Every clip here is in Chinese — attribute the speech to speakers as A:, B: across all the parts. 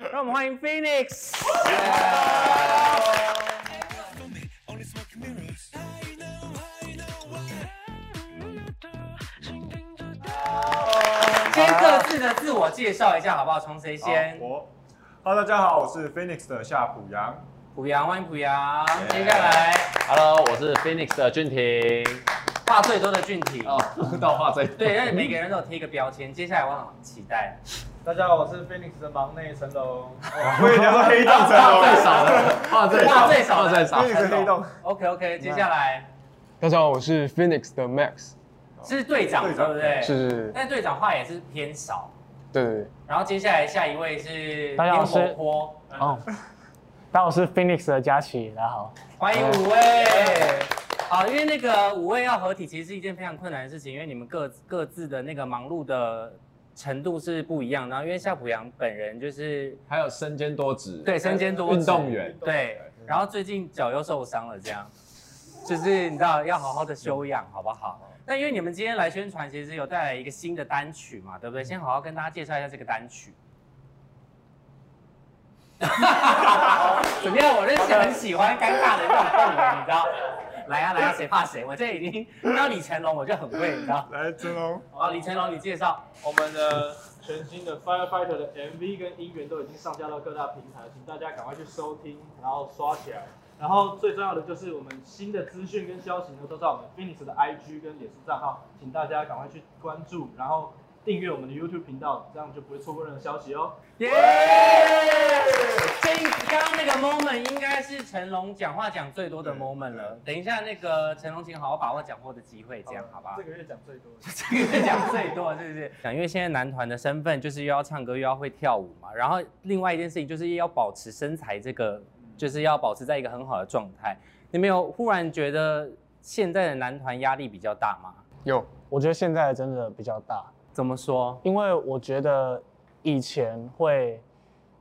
A: 我们欢迎 Phoenix。先各自的自我介绍一下好不好？从谁先？
B: 我，Hello，大家好，我是 Phoenix 的夏普阳。
A: 濮阳，欢迎濮阳。接下来
C: Hello，我是 Phoenix 的俊廷。
A: 话最多的俊体。
C: 哦，到话最
A: 对，因为每个人都有贴一个标签。接下来我很期待。
D: 大家好，我是 Phoenix 的忙内陈龙。
B: 我也聊到黑洞层了，
C: 最少的，话最
A: 话
C: 少，
A: 最少
C: 话最少。
B: Phoenix 黑洞。
A: OK
B: 嗯
A: OK，接下来
E: 大家好，我是 Phoenix 的 Max，
A: 是队长，
B: 队
A: 对
B: 长
A: 不对？
E: 是。是是，
A: 但队长话也是偏少。
E: 对对对，
A: 然后接下来下一位是
F: 大家好
A: 偏
F: 我
A: 活
F: 是
A: 泼，
F: 哦，大家好，我是 Phoenix 的佳琪，大家好。
A: 欢迎五位。好，因为那个五位要合体，其实是一件非常困难的事情，因为你们各各自的那个忙碌的程度是不一样。然后因为夏普阳本人就是
C: 还有身兼多职，
A: 对身兼多职
C: 呃运动员，嗯
A: 对，然后最近脚又受伤了，这样，就是你知道要好好的休养，好不好？
C: 嗯
A: 那因为你们今天来宣传，其实有带来一个新的单曲嘛，对不对？
C: 嗯
A: 先好好跟大家介绍一下这个单 曲。怎么样？我是很喜欢尴尬的那种氛围，你知道？来啊来啊，谁怕谁？我这已经听到李成龙，我就很会，你知道？
B: 来，真龙，
A: 好，李成龙，你介绍。
D: 我们的全新的 Firefighter 的 MV 跟音源都已经上架到各大平台，请大家赶快去收听，然后刷起来。然后最重要的就是我们新的资讯跟消息呢，都在我们 Phoenix 的 IG 跟脸书账号，请大家赶快去关注，然后订阅我们的 YouTube 频道，这样就不会错过任何消息哦。
A: 耶！这一刚刚那个 moment 应该是成龙讲话讲最多的 moment 了。等一下，那个成龙，请好好把握讲话的机会，这样好不好
D: 这？个月讲最多的。
A: 这个讲最多是不 是？因为现在男团的身份就是又要唱歌又要会跳舞嘛，然后另外一件事情就是要保持身材，这个就是要保持在一个很好的状态。你们有忽然觉得现在的男团压力比较大吗？
E: 有
F: 我觉得现在真的比较大，
A: 怎么说？
F: 因为我觉得以前会，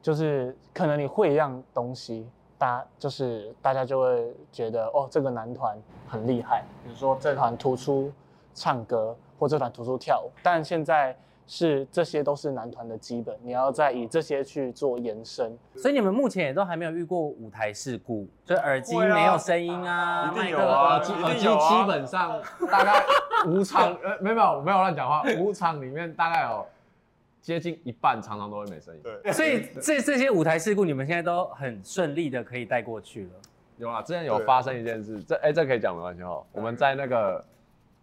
F: 就是可能你会一样东西，大就是大家就会觉得哦，这个男团很厉害，比如说这团突出唱歌，或这团突出跳舞。但现在是这些都是男团的基本，你要再以这些去做延伸。
A: 所以你们目前也都还没有遇过舞台事故，就耳机
B: 会啊
A: 没有声音啊，
B: 一定
A: 麦
B: 有
A: 克风
B: 啊
C: 耳机
B: 一
C: 耳
B: 定
C: 机
B: 有啊
C: 基本上大概五场， 呃，没有没有没有乱讲话，五场里面大概有接近一半常常都会没声音。
B: 对，
A: 所以这这些舞台事故，你们现在都很顺利的可以带过去了。
C: 有啊，之前有发生一件事，这哎、这可以讲没关系哦。我们在那个《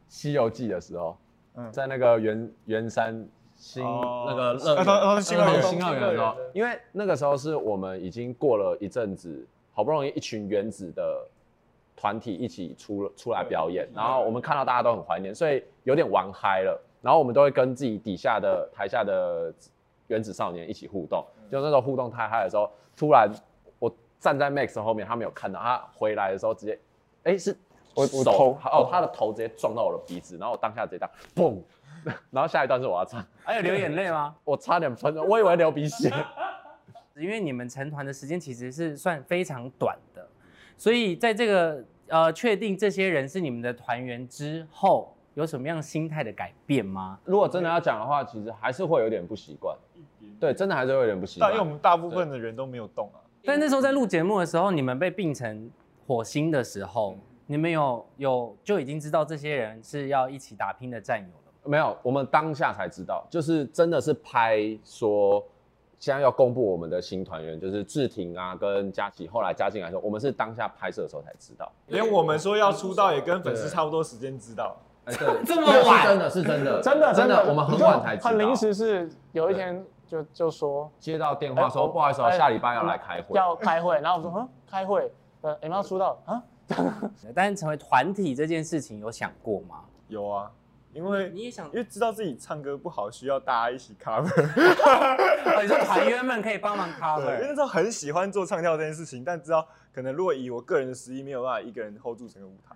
C: 西游记》的时候，
B: 嗯
C: 在那个圆圆山新、
B: 哦
C: 那个乐
B: 啊都都
C: 园，
B: 是新乐园
C: 那个新乐园的时候
D: 新乐园，
C: 因为那个时候是我们已经过了一阵子，好不容易一群原子的团体一起出了出来表演，然后我们看到大家都很怀念，所以有点玩嗨了。然后我们都会跟自己底下的台下的原子少年一起互动，就那时候互动太嗨的时候，突然我站在 Max 后面，他没有看到，他回来的时候直接，哎、是
E: 我
C: 手
E: 我头
C: 哦，他的头直接撞到我的鼻子，然后我当下直接这样砰， 然后下一段是我要唱，
A: 还有流眼泪 吗？
C: 我差点喷了，我以为流鼻血，
A: 因为你们成团的时间其实是算非常短的，所以在这个呃确定这些人是你们的团员之后，有什么样心态的改变吗？
C: 如果真的要讲的话，其实还是会有点不习惯，对，真的还是会有点不习
B: 但
C: 惯
B: 因为我。们大部分的人都没有动啊，
A: 但那时候在录节目的时候，你们被病成火星的时候，你们有有就已经知道这些人是要一起打拼的战友了吗。
C: 没有，我们当下才知道，就是真的是拍说，现在要公布我们的新团员，就是志廷啊跟佳琪，后来加进来的时候，我们是当下拍摄的时候才知道。
B: 连我们说要出道也跟粉丝差不多时间知道。
C: 哎，对，
A: 这么晚
C: 是真的是真的，
F: 真的
C: 真的，我们很晚才知道，
F: 很临时是有一
C: 对
F: 天就就说
C: 接到电话
F: 哎
C: 说，
F: 我
C: 不好意思哦，
F: 哎
C: 下礼拜要来开会。
F: 要开会，然后我说嗯开会，呃你们要出道啊，
A: 但是成为团体这件事情有想过吗？
B: 有啊，因为
A: 你也想
B: 因为知道自己唱歌不好，需要大家一起 cover。
A: 哦你说团员们可以帮忙
B: 对，因为那
A: cover，
B: 时候很喜欢做唱跳这件事情，但知道可能如果以我个人的实力，没有办法一个人 hold 住整个舞台。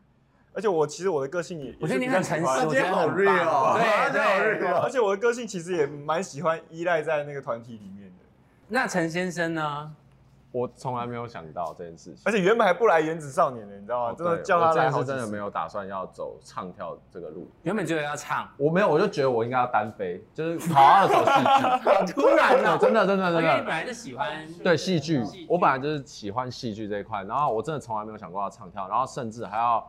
B: 而且我其实我的个性也，
A: 我觉得你很诚实，
B: 也是
A: 我
B: 比较
A: 觉得
B: 喜欢
A: 很棒
B: 今天好 real 哦
A: 对对对。
B: 而且我的个性其实也蛮喜欢依赖在那个团体里面的。
A: 那陈先生呢？
C: 我从来没有想到这件事情
B: 而。且原本还不来原子少年的，你知
A: 哦
B: 道吗？哎真的
C: 哦对
B: 叫
C: 我
B: 他
C: 这
B: 来
C: 样
B: 好
C: 是
B: 几次，
C: 真的没有打算要走唱跳这个路。
A: 原本就要 唱，
C: 我没有，我就觉得我应该要单飞，就是好好的走戏剧。
A: 突 然
C: 真的
A: 呢，
C: 真的真的
A: 因为
C: 真
A: 你本
C: 的，
A: 来就喜欢
C: 对戏剧
A: 戏剧，
C: 我本来就是喜欢戏剧这一块，然后我真的从来没有想过要唱跳，然后甚至还要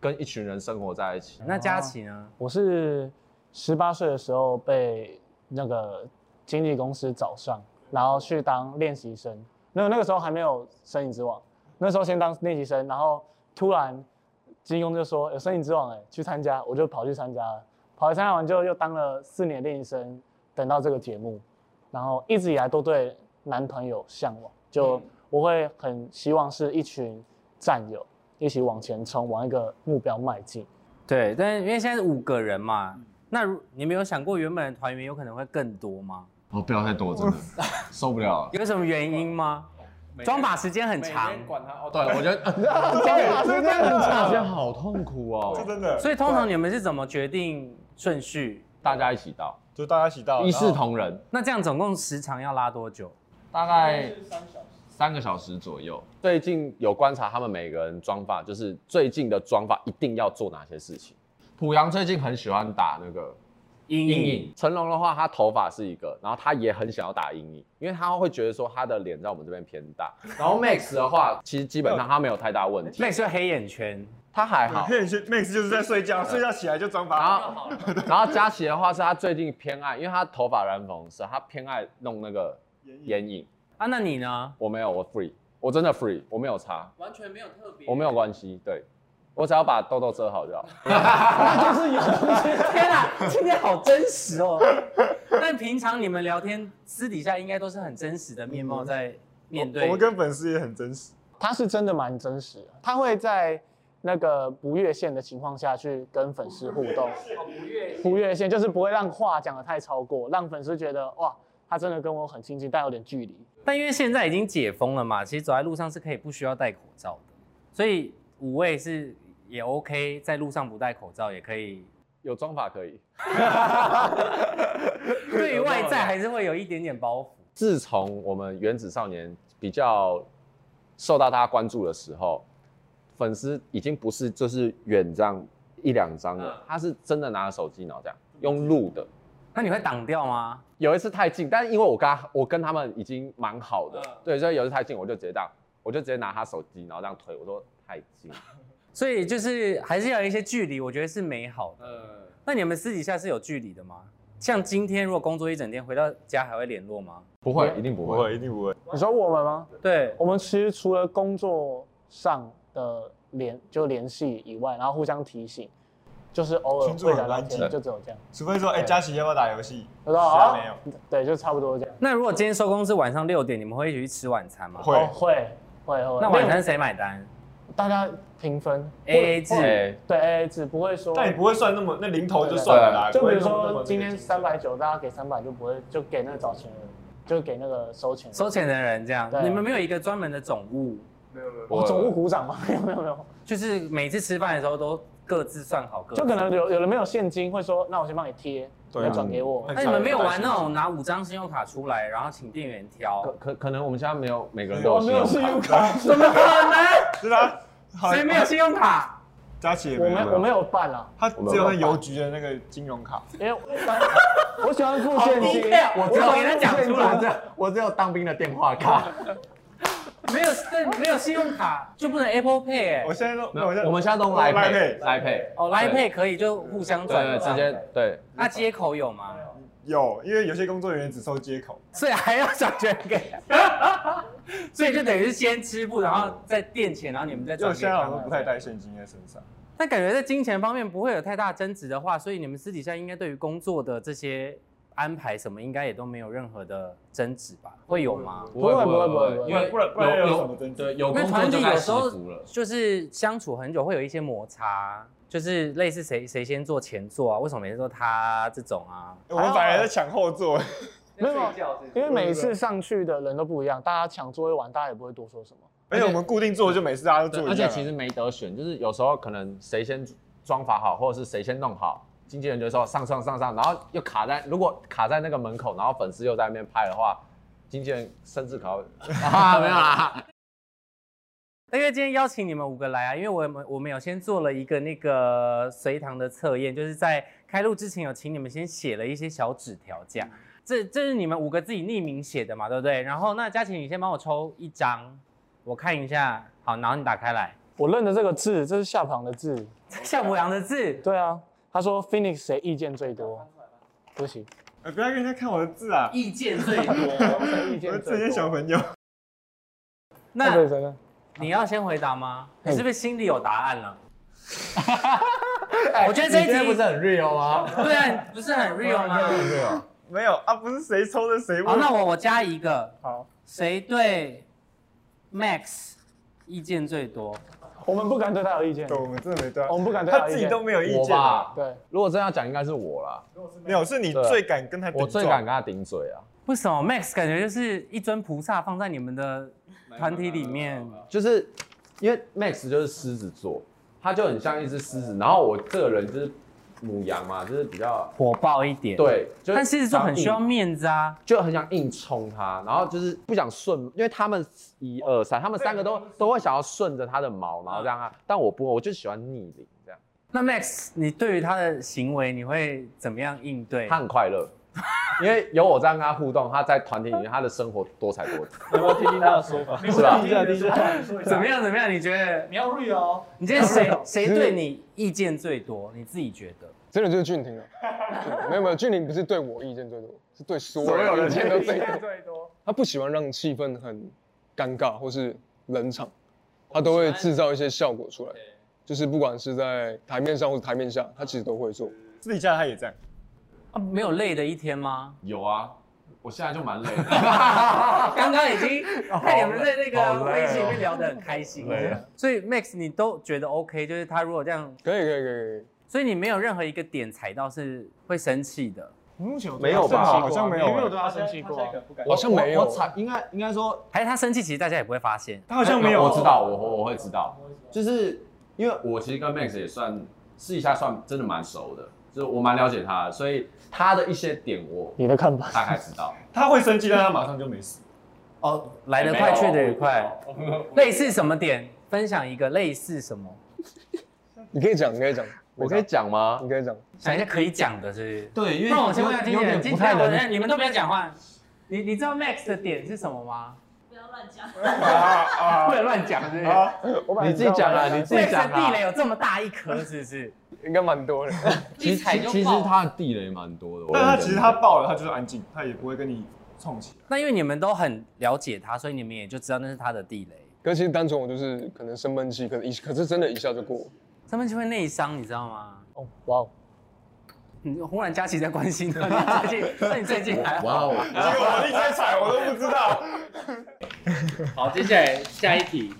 C: 跟一群人生活在一起。
A: 那佳琪呢？
F: 我是十八岁的时候被那个经纪公司找上，然后去当练习生。那那个时候还没有《身影之王》，那时候先当练习生，然后突然经纪公司就说有《身影之王、欸》哎，去参加，我就跑去参加了。跑去参加完之后，又当了四年练习生，等到这个节目，然后一直以来都对男团有向往，就我会很希望是一群战友一起往前冲，往一个目标迈进。
A: 对，但因为现在是五个人嘛，那如你们有想过原本的团员有可能会更多吗？
C: 哦，不要太多，真 的受不了了。
A: 有什么原因吗？装法时间很长，
G: 管他哦，
C: 对，我觉 得
B: 真的
C: 大家好痛苦
B: 这
C: 哦，
B: 真的，
A: 所以通常你们是怎么决定顺序？
C: 大家一起到，
B: 就大家一起到
C: 一视
B: 然后
C: 同仁，
A: 那这样总共时长要拉多久？
C: 大概
D: 三小时。
C: 三个小时左右。最近有观察他们每个人妆发，就是最近的妆发一定要做哪些事情。濮阳最近很喜欢打那个
A: 阴
C: 阴影，成龙的话，他头发是一个，然后他也很想要打阴影，因为他会觉得说他的脸在我们这边偏大。 然后 Max 的话，其实基本上他没有太大问题，
A: 那也是黑眼圈，
C: 他还好。
B: 对 Max 就是在 睡觉，睡觉起来就装
C: 然
B: 法。
C: 后， 然后佳琪的话是他最近偏爱，因为他头发染粉红色，他偏爱弄那个眼影。
A: 啊，那你呢？
C: 我没有，我 free，我真的 free，我没有差，
G: 完全没有特别
C: 我没有关系，对。我只要把痘痘遮好就好。
A: 天啊，今天好真实哦！但平常你们聊天私底下应该都是很真实的面貌在面对。
B: 嗯我们跟粉丝也很真实，
F: 他是真的蛮真实的，他会在那个不越线的情况下去跟粉丝互动，
A: 哦
F: 不越线就是不会让话讲的太超过，让粉丝觉得哇，他真的跟我很亲近，但有点距离。
A: 但因为现在已经解封了嘛，其实走在路上是可以不需要戴口罩的，所以五位是也 OK，在路上不戴口罩也可 以。
C: 有妆法可以。
A: 对于外在还是会有一点点包袱。
C: 自从我们原子少年比较受到大家关注的时候，粉丝已经不是就是远这样一两张
A: 嗯
C: 了，他是真的拿手机然后这样用录的。
A: 那你会挡掉吗？
C: 有一次太近，但是因为我跟他我跟他们已经蛮好
A: 嗯
C: 的，对，所以有一次太近，我就直接这样，我就直接拿他手机，然后这样推，我说太近。
A: 所以就是还是要有一些距离，我觉得是美好的。
G: 呃，
A: 那你们私底下是有距离的吗？像今天如果工作一整天，回到家还会联络吗？
C: 不会，一定不
B: 不
C: 会。
B: 会，一定不会。
F: 你说我们吗？
A: 对，
F: 我们其实除了工作上的联就联系以外，然后互相提醒，就是偶尔
B: 群组
F: 会
B: 很
F: 聊聊
B: 安静
F: 天，就只有这样。
B: 除非说，哎，佳琪要不要打游戏？
F: 我说
B: 其他
F: 啊
B: 没有，
F: 对，就差不多这样。
A: 那如果今天收工是晚上六点，你们会一起去吃晚餐吗？
B: 会
F: 哦会会会。
A: 那晚餐谁买单
F: 大家平分
A: ？A A 制。
C: 对，
F: 对 A A 制，不会说。
B: 但你不会算那么，那零头就算了啦。
F: 就比如
B: 不会弄那么那
F: 说
B: 个
F: 今天
B: 精
F: 三
B: 准
F: 百九，大家给三百就不会就给那个找钱人，就给那个收钱人。
A: 收钱的人这样
F: 对，
A: 你们没有一个专门的总务，
F: 哦，总务股长吗？没有没有没有，
A: 就是每次吃饭的时候都各自算好各自。
F: 就可能有有人没有现金，会说那我先帮你贴，你
B: 对啊
F: 要转给我。
A: 那你们没有玩那种拿五张信用卡出来，然后请店员挑
C: 可，可可能我们现在没有每个人都
A: 哦
F: 我
C: 有
F: 没
C: 信
F: 有
C: 用
B: 啊
F: 信
C: 卡
F: 用卡，
A: 怎么可能？
B: 是他，好
A: 谁没有信用卡？
B: 佳琪也
F: 我
B: 没
F: 没
B: 有，
F: 我没有办啊，
B: 他只有那邮局的那个金融卡。
F: 因为我我喜欢付现金，
A: 我只有给他讲出来，
C: 来，我只有当兵的电话卡。
A: 没有对，没有信用卡就不能 Apple Pay 哎
B: 我现在都，
C: 没
B: 那我现
C: 有
B: 在
C: 我们现在都用
B: 来
C: 来
B: 配
C: 配，来配，
A: 哦，Line Pay 可以就互相转
C: 对，
A: 账
C: 直接对。
A: 那接口有吗？
B: 有，因为有些工作人员只收接口。
A: 所以还要转捐 给，所以就等于是先支付，然后再垫钱，然后你们再
B: 因
A: 转
B: 为我
A: 给
B: 现在
A: 他
B: 好像
A: 们
B: 不。太带现金在身上。
A: 但感觉在金钱方面不会有太大争执的话，所以你们私底下应该对于工作的这些安排什么，应该也都没有任何的争执吧？会有吗？
C: 不
F: 会不会不会不会
C: 因为
B: 不然不然
C: 有
B: 有什么争执
C: 对有
A: 因为
C: 工作
A: 团体
C: 就该
A: 有时
C: 惜
A: 候
C: 福了。
A: 就是相处很久会有一些摩擦，就是类似谁谁先做前座啊，为什么每次都他这种啊？
B: 我们反而在抢后座，
F: 没有没有
G: 睡觉是
F: 因为每次上去的人都不一样，大家抢座位玩，大家也不会多说什么。
B: 而且我们固定坐就每次大家都坐一样啊。
C: 而且其实没得选，就是有时候可能谁先装法好，或者是谁先弄好，经纪人就说上上上上，然后又卡在如果卡在那个门口，然后粉丝又在那边拍的话，经纪人甚至 考啊，没有啦。
A: 那因为今天邀请你们五个来啊，因为我们我们有先做了一个那个随堂的测验，就是在开录之前有请你们先写了一些小纸条这
C: 嗯
A: 样。这这是你们五个自己匿名写的嘛，对不对？然后那佳琪，你先帮我抽一张，我看一下。好，然后你打开来，
F: 我认得这个字，这是下旁的字。
A: 夏伯阳的字，
F: 对啊，他说 Phoenix 谁意见最多？对不起，
B: 哎，不要给人家看我的字啊，
A: 意见最多。
F: 意
B: 我的字很像小朋友。
F: 那
A: 那
F: 对对对，
A: 你要先回答吗？
F: 嘿
A: 你是不是心里有答案了？ 我觉得这一
C: 你今天
A: 题
C: 不是很 real 吗？
A: 对啊，不是很 real 吗？
B: 没有啊，不是谁抽的谁
A: 好，
B: 问。
A: 那我我加一个，
F: 好，
A: 谁对 Max 意见最多？
F: 我们不敢对他有意见
B: 对，，我们真的没对啊，
F: 我们不敢对他
B: 他
F: 有意
B: 自
F: 见
B: 己都没有意
C: 我
B: 见啊。
C: 吧，
F: 对，
C: 如果真要讲，应该是我啦。
B: 没有，是你
C: 对啊
B: 最敢跟他顶
C: 我最
B: 撞
C: 敢跟他顶嘴啊，
A: 为什么 Max 感觉就是一尊菩萨放在你们的团体里面？
C: 就是因为 Max 就是狮子座，他就很像一只狮子，然后我这个人就是母羊嘛，就是比较
A: 火爆一点？，
C: 对，就是
A: 但狮子座很需要
C: 想硬，
A: 面子啊。
C: 就很想硬冲他，然后就是不想顺，因为他们一二三，他们三个都都会想要顺着他的毛，然后让他，但我不会，我就喜欢逆鳞这样，
A: 那 Max，你对于他的行为你会怎么样应对
C: 他？很快 乐。因为有我这样跟他互动，他在团体里面他的生活多彩多姿，
D: 要不要听听他的说法？
C: 是吧
D: 听一下，听一下，
A: 怎么？样？怎么样？你觉得
D: 你要 real 哦。
A: 你觉得 谁谁对你意见最多？你自己觉得？
E: 真的就是俊廷了。啊对没有没有，俊廷不是对我意见最多，是对所有
C: 所有
E: 人
C: 人
E: 意见都最多。
D: 最多。
E: 他不喜欢让气氛很尴尬或是冷场，他都会制造一些效果出来，就是不管是在台面上或者台面下，他其实都会做。
C: 嗯
B: 私底下他也这样。
A: 啊，没有累的一天吗？
C: 有啊，我现在就蛮累的。
A: 刚刚已经看你们在那个微信里面聊得很开心，所以 Max 你都觉得 OK，就是他如果这样，
E: 可以可以可以可以，
A: 所以你没有任何一个点踩到是会生气的，
F: 目前
C: 没有吧
B: 好像没有
F: 你没有对
D: 他
F: 他
D: 生
F: 生
D: 气
F: 气
D: 过
F: 过
D: 啊
F: 啊。
E: 好像没有
C: 我我才应该应该说
A: 还是他生气其实大家也不会发现。
B: 他好像
D: 啊
B: 没有，
C: 我知道，我我我会知道，就是因为我其实跟 Max 也算试一下，算真的蛮熟的，就是我蛮了解他的，所以他的一些点我
F: 你的看法？
C: 大概知道。
B: 他会生气，但他马上就没事。
A: 哦， 来得快去得也快，类似什么点？分享一个类似什么？
E: 你可以讲，你可以讲，
C: 我可以讲吗
E: 你？可以讲。
A: 想一下可以讲的，是不是？
C: 对，因为
A: 不然我先问一下经
C: 有
A: 纪人，
C: 点
A: 经
C: 不
A: 纪
C: 太
A: 人，我
C: 能。
A: 让你们都不要讲话。你你知道 Max 的点是什么吗？
G: 不要乱讲。
A: 不能乱讲，是不是
C: 你自己讲啊，你自己
A: ？Max
C: 讲
A: 的地
C: 啊
A: 雷。有这么大一颗，是不是？
E: 应该蛮多的。
C: 其
A: 一
C: 实
A: 踩就爆
C: 其实他的地雷蛮多的，我
B: 但他
C: 认真
B: 其实他爆了，他就是安静，他也不会跟你冲起来。
A: 那因为你们都很了解他，所以你们也就知道那是他的地雷。
E: 可是其实单纯我就是可能生闷气，可能一可是真的一下就过。
A: 他们就会内伤，你知道吗？
F: 哦，哇哦，
A: 你哦忽然佳琪在关 心他，你最近，那你最近还
C: 哇
A: 好？
C: 哦，
B: 结果我一直在踩，我都不知道。
A: 好，接下来下一题，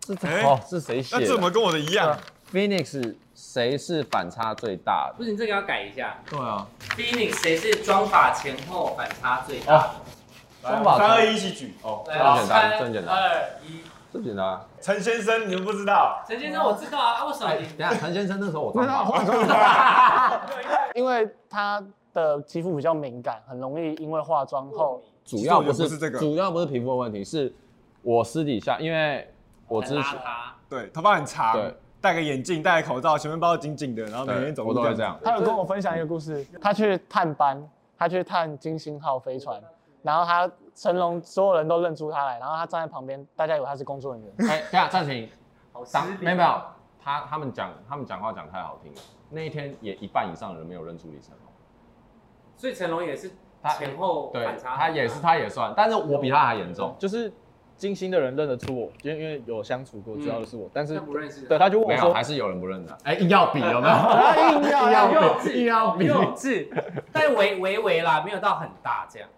C: 这
B: 哎
C: 哦是谁写
B: 那怎么
C: 的
B: 跟我的一样？
C: ？Phoenix 谁是反差最大的？
A: 不行，这个要改一下。
C: 对啊，
A: Phoenix 谁是妆法前后反差最大？
B: 来
C: 中宝
B: 三二一一起举哦。
C: 哦这么简单，这么简单，
A: 二一，
C: 这么简单啊。
B: 陈先生，你们不知道，
A: 陈先生，我知道啊，啊为什么
C: 哎，
A: 你？
C: 等一下陈先生那时候我中宝。
F: 因为他的肌肤比较敏感，很容易因为化妆后，
C: 主要不
B: 其实我觉得不
C: 是
B: 是这个
C: 主要不是皮肤的问题，是我私底下，因为我之前
A: 他。
B: 对，头发很长
C: 对，
B: 戴个眼镜，戴个口罩，前面包紧紧的，然后每天
C: 对
B: 走
C: 我
B: 路
C: 都会这
B: 这样
C: 样
B: 子。。
F: 他有跟我分享一个故事，他去探班，他去探金星号飞船，然后他成龙所有人都认出他来，然后他站在旁边，大家以为他是工作人员。
C: 哎，等一下暂停，
A: 好失
C: 当
A: 礼
C: 没有没有，他他们讲他们讲话讲太好听了，那一天也一半以上的人没有认出李成龙，
A: 所以成龙也是
C: 他
A: 前后
C: 对
A: 反差很大，
C: 他也是他也算，但是我比他还严重，
H: 就是金星的人认得出我，因为因为有相处过，知道的是我，但是
A: 嗯他不认识他
H: 对，他就问
C: 没
H: 我
C: 有
H: 说
C: 还，是有人不认得，哎，硬要比有没有？
A: 哎
F: 他硬要要
A: 幼稚， 幼稚，但微微微啦，没有到很大这样。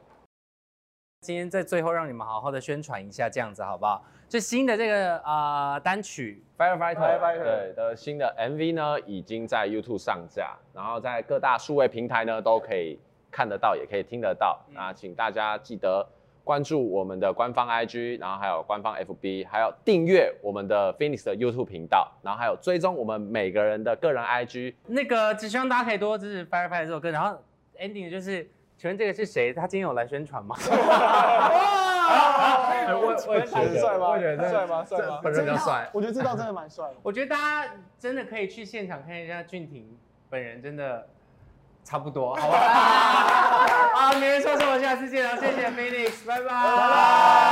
A: 今天在最后让你们好好的宣传一下，这样子好不好？就新的这个呃单曲，
C: Firefighter 对的新的 MV 呢已经在 YouTube 上架，然后在各大数位平台呢都可以看得到，也可以听得到。那请大家记得关注我们的官方 IG，然后还有官方 FB，还有订阅我们的 Phoenix 的 YouTube 频道，然后还有追踪我们每个人的个人 IG。
A: 那个只希望大家可以多支持 Firefighter 这首歌，然后 ending 就是请问这个是谁？他今天有来宣传吗？
C: 哎我我也觉
B: 很
C: 得
B: 帅吗？
C: 我也觉得
B: 帅吗？帅吗？
C: 本人比较帅。
F: 我觉得这道真的蛮帅的。
A: 我觉得大家真的可以去现场看一下俊廷本人，真的差不多，好吧？啊，没人说什么，下次见了，啊谢谢 Phoenix，拜拜。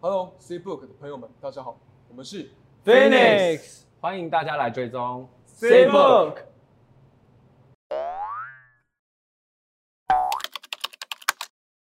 E: Hello，C Book 的朋友们，大家好，我们是
C: Phoenix，欢迎大家来追踪
H: Facebook